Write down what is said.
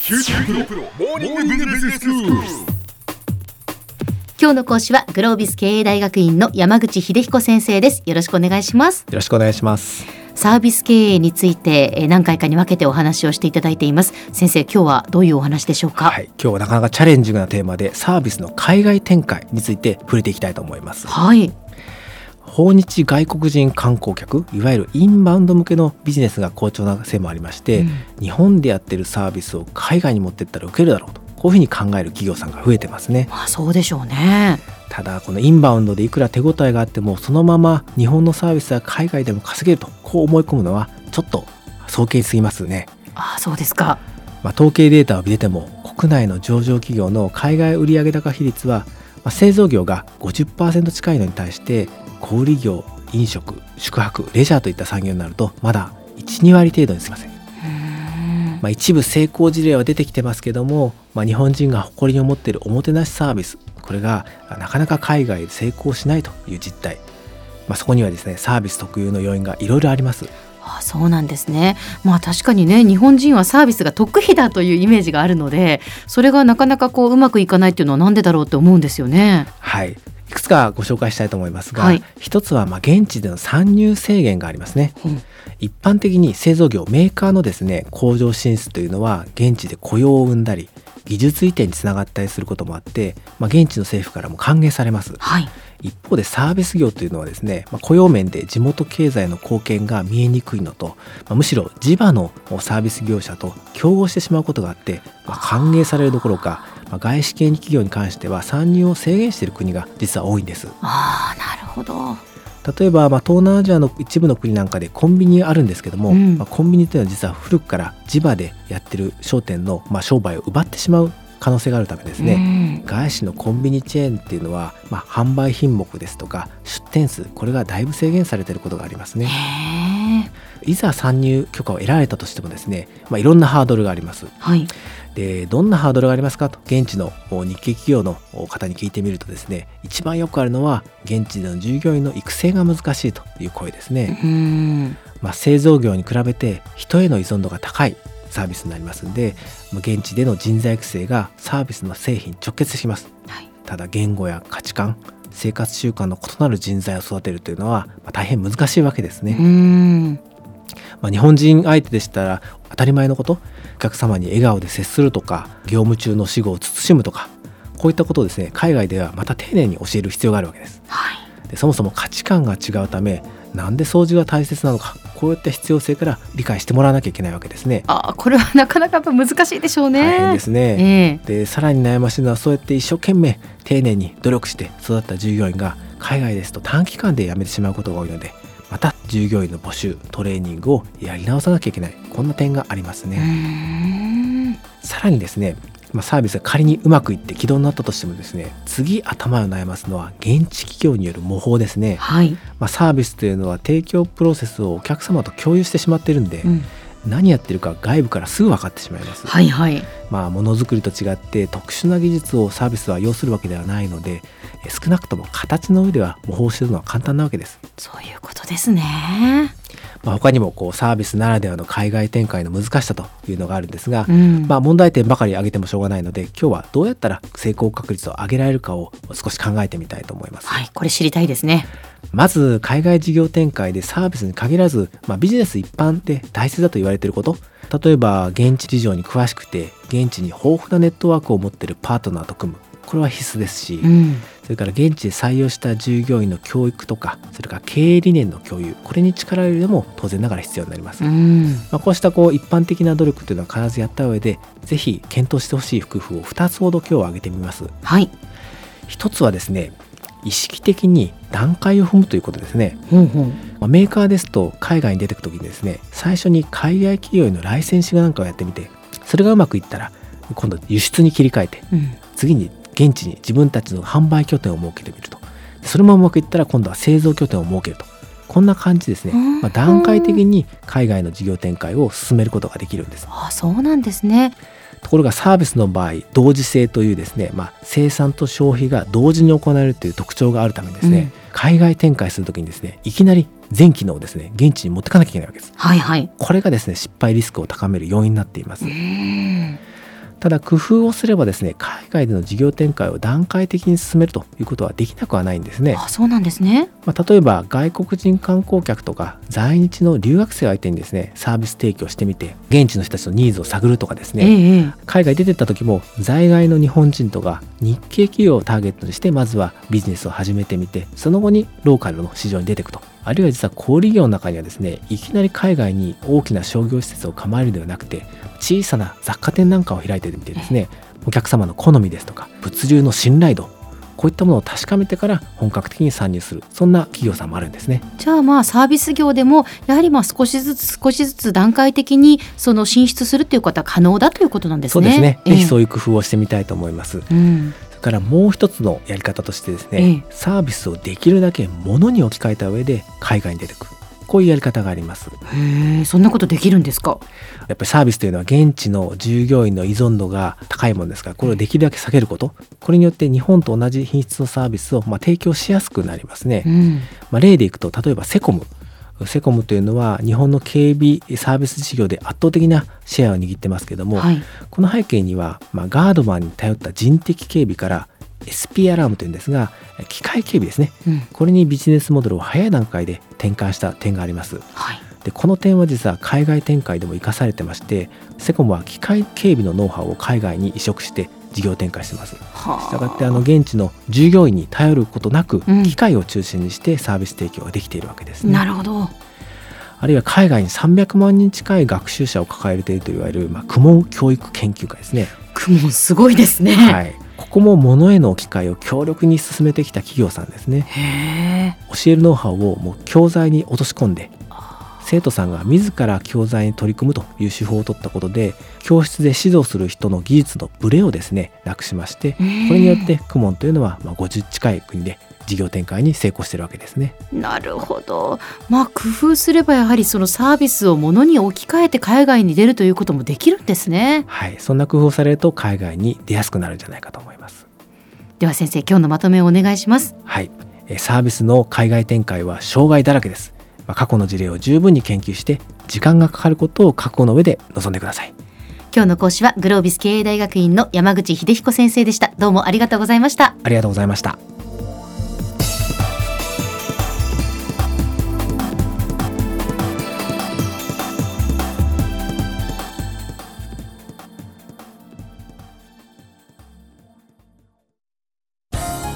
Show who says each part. Speaker 1: 九州大学モーニングビジネススクール。
Speaker 2: 今日の講師はグロービス経営大学院の山口秀彦先生ですよろしくお願いします
Speaker 3: よろしくお願いします。
Speaker 2: サービス経営についてえー何回かに分けてお話をしていただいています先生今日はどういうお話でしょうか
Speaker 3: はい、今日はなかなかチャレンジングなテーマでサービスの海外展開について触れていきたいと思います。
Speaker 2: はい
Speaker 3: 訪日外国人観光客、いわゆるインバウンド向けのビジネスが好調なせいもありまして、
Speaker 2: うん
Speaker 3: 日本でやってるサービスを海外に持ってったら受けるだろうと。こういうふうに考える企業さんが増えてますね。
Speaker 2: まあそうでしょうね
Speaker 3: ただこのインバウンドでいくら手応えがあってもそのまま日本のサービスは海外でも稼げるとこう思い込むのはちょっと早計すぎますね。
Speaker 2: ああそうですか
Speaker 3: まあ、統計データを見てても国内の上場企業の海外売上高比率は、まあ、製造業が50%近いのに対して小売業飲食宿泊レジャーといった産業になるとまだ12割程度にすぎません、
Speaker 2: うーん
Speaker 3: まあ、一部成功事例は出てきてますけども、まあ、日本人が誇りに思っているおもてなしサービスこれがあなかなか海外で成功しないという実態、まあ、そこにはですねサービス特有の要因がいろいろあります
Speaker 2: ああそうなんですねまあ確かにね日本人はサービスが得意だというイメージがあるのでそれがなかなかこううまくいかないっていうのはなんでだろうって思うんですよね
Speaker 3: はい、いくつかご紹介したいと思いますが、
Speaker 2: はい
Speaker 3: 一つはまあ現地での参入制限がありますね
Speaker 2: うん
Speaker 3: 一般的に製造業メーカーのですね工場進出というのは現地で雇用を生んだり技術移転につながったりすることもあって、まあ、現地の政府からも歓迎されます
Speaker 2: はい
Speaker 3: 一方でサービス業というのはですね、まあ、雇用面で地元経済の貢献が見えにくいのと、まあむしろ地場のサービス業者と競合してしまうことがあって、まあ歓迎されるどころか、まあ外資系企業に関しては参入を制限している国が実は多いんです
Speaker 2: ああなるほど
Speaker 3: 例えば、まあ、東南アジアの一部の国なんかでコンビニあるんですけども、
Speaker 2: うん
Speaker 3: まあコンビニというのは実は古くから地場でやってる商店の、まあ、商売を奪ってしまう可能性があるためですね、
Speaker 2: ね
Speaker 3: 外資のコンビニチェーンっていうのは、まあ、販売品目ですとか出店数これがだいぶ制限されていることがありますね
Speaker 2: へえ
Speaker 3: いざ参入許可を得られたとしてもですね、まあ、いろんなハードルがあります
Speaker 2: はい
Speaker 3: でどんなハードルがありますかと現地のお日系企業のお方に聞いてみるとですね一番よくあるのは現地での従業員の育成が難しいという声ですね、
Speaker 2: うん
Speaker 3: まあ、製造業に比べて人への依存度が高いサービスになりますんでまあ現地での人材育成がサービスの製品に直結します
Speaker 2: はい
Speaker 3: ただ言語や価値観生活習慣の異なる人材を育てるというのはまあ大変難しいわけです
Speaker 2: う
Speaker 3: ね、
Speaker 2: ん
Speaker 3: まあ、日本人相手でしたら当たり前のことお客様に笑顔で接するとか業務中の死後を慎むとかこういったことをですね海外ではまた丁寧に教える必要があるわけです
Speaker 2: はい
Speaker 3: でそもそも価値観が違うためなんで掃除が大切なのかこういった必要性から理解してもらわなきゃいけないわけですね
Speaker 2: あこれはなかなかやっぱ難しいでしょうね
Speaker 3: 大変ですね、
Speaker 2: ええ
Speaker 3: でさらに悩ましいのはそうやって一生懸命丁寧に努力して育った従業員が海外ですと短期間で辞めてしまうことが多いのでまた従業員の募集トレーニングをやり直さなきゃいけないこんな点があります
Speaker 2: うー
Speaker 3: ね、
Speaker 2: ん
Speaker 3: さらにですね、まあ、サービスが仮にうまくいって軌道になったとしてもですね次頭を悩ますのは現地企業による模倣ですね、
Speaker 2: はい、
Speaker 3: まあ、サービスというのは提供プロセスをお客様と共有してしまってるんで、
Speaker 2: うん、
Speaker 3: 何やってるか外部からすぐ分かってしまいます、
Speaker 2: はいはい
Speaker 3: まあ、ものづくりと違って特殊な技術をサービスは要するわけではないのでえ少なくとも形の上では模倣するのは簡単なわけです、
Speaker 2: そういうことですね
Speaker 3: まあ、他にもこうサービスならではの海外展開の難しさというのがあるんですが、
Speaker 2: うん
Speaker 3: まあ、問題点ばかり挙げてもしょうがないので今日はどうやったら成功確率を上げられるかを少し考えてみたいと思います、
Speaker 2: はいこれ知りたいですね
Speaker 3: まず海外事業展開でサービスに限らず、まあ、ビジネス一般で大切だと言われていること例えば現地事情に詳しくて現地に豊富なネットワークを持っているパートナーと組むこれは必須ですし、
Speaker 2: うん
Speaker 3: それから現地で採用した従業員の教育とかそれから経営理念の共有これに力を入れるのも当然ながら必要になります、
Speaker 2: うん
Speaker 3: まあ、こうしたこう一般的な努力というのは必ずやった上でぜひ検討してほしい工夫を2つほど今日は挙げてみます
Speaker 2: はい
Speaker 3: 一つはですね意識的に段階を踏むということですね
Speaker 2: ほうほう
Speaker 3: まあメーカーですと海外に出てく時にですね最初に海外企業へのライセンシングなんかをやってみてそれがうまくいったら今度輸出に切り替えて
Speaker 2: うん
Speaker 3: 次に現地に自分たちの販売拠点を設けてみるとでそれもうまくいったら今度は製造拠点を設けるとこんな感じですね、
Speaker 2: うん
Speaker 3: まあ段階的に海外の事業展開を進めることができるんです
Speaker 2: あそうなんですね
Speaker 3: ところがサービスの場合同時性というですね、まあ、生産と消費が同時に行われるという特徴があるためですね、海外展開するときにですねいきなり全機能をですね現地に持ってかなきゃいけないわけです
Speaker 2: はいはい
Speaker 3: これがですね失敗リスクを高める要因になっています
Speaker 2: うん
Speaker 3: ただ工夫をすればですね海外での事業展開を段階的に進めるということはできなくはないんですね。
Speaker 2: あそうなんですね。
Speaker 3: まあ、例えば外国人観光客とか在日の留学生を相手にですねサービス提供してみて現地の人たちのニーズを探るとかです
Speaker 2: え
Speaker 3: ね、
Speaker 2: え
Speaker 3: 海外出てった時も在外の日本人とか日系企業をターゲットにしてまずはビジネスを始めてみてその後にローカルの市場に出ていくとあるいは実は小売業の中にはですねいきなり海外に大きな商業施設を構えるのではなくて小さな雑貨店なんかを開いてみてですねお客様の好みですとか物流の信頼度こういったものを確かめてから本格的に参入するそんな企業さんもあるんですね。
Speaker 2: じゃあまあサービス業でもやはりまあ少しずつ少しずつ段階的にその進出するっていうことは可能だということなんですね。
Speaker 3: そうですね、
Speaker 2: ええ
Speaker 3: ぜひそういう工夫をしてみたいと思います。
Speaker 2: うん、
Speaker 3: それからもう一つのやり方としてです
Speaker 2: ええ
Speaker 3: ね、サービスをできるだけ物に置き換えた上で海外に出てくるこういうやり方があります
Speaker 2: へえそんなことできるんですか。
Speaker 3: やっぱりサービスというのは現地の従業員の依存度が高いものですからこれをできるだけ下げることこれによって日本と同じ品質のサービスをまあ提供しやすくなりますね
Speaker 2: う、ん、
Speaker 3: まあ、例でいくと例えばセコムセコムというのは日本の警備サービス事業で圧倒的なシェアを握ってますけども、
Speaker 2: はい。
Speaker 3: この背景には、まあ、ガードマンに頼った人的警備から SP アラームというんですが機械警備ですね
Speaker 2: うん、
Speaker 3: これにビジネスモデルを早い段階で転換した点があります
Speaker 2: はい。
Speaker 3: でこの点は実は海外展開でも生かされてましてセコムは機械警備のノウハウを海外に移植して事業展開してます
Speaker 2: は
Speaker 3: したがってあの現地の従業員に頼ることなく
Speaker 2: うん
Speaker 3: 機械を中心にしてサービス提供ができているわけですね、
Speaker 2: なるほど。
Speaker 3: あるいは海外に300万人近い学習者を抱えているといわれる、まあ、クモン教育研究会ですね
Speaker 2: 雲すごいですね。
Speaker 3: はい、ここも物への置き換えを強力に進めてきた企業さんですね
Speaker 2: へえ。
Speaker 3: 教えるノウハウをもう教材に落とし込んで生徒さんが自ら教材に取り組むという手法を取ったことで教室で指導する人の技術のブレをですねなくしまして
Speaker 2: こ
Speaker 3: これによってクモンというのはまあ50近い国で事業展開に成功してるわけですね
Speaker 2: なるほど。まあ工夫すればやはりそのサービスをものに置き換えて海外に出るということもできるんですね。
Speaker 3: はいそんな工夫をされると海外に出やすくなるんじゃないかと思います
Speaker 2: では先生今日のまとめをお願いします。
Speaker 3: はい、えーサービスの海外展開は障害だらけです。まあ、過去の事例を十分に研究して時間がかかることを覚悟の上で臨んでください。
Speaker 2: 今日の講師はグロービス経営大学院の山口秀彦先生でした。どうもありがとうございました。
Speaker 3: ありがとうございました。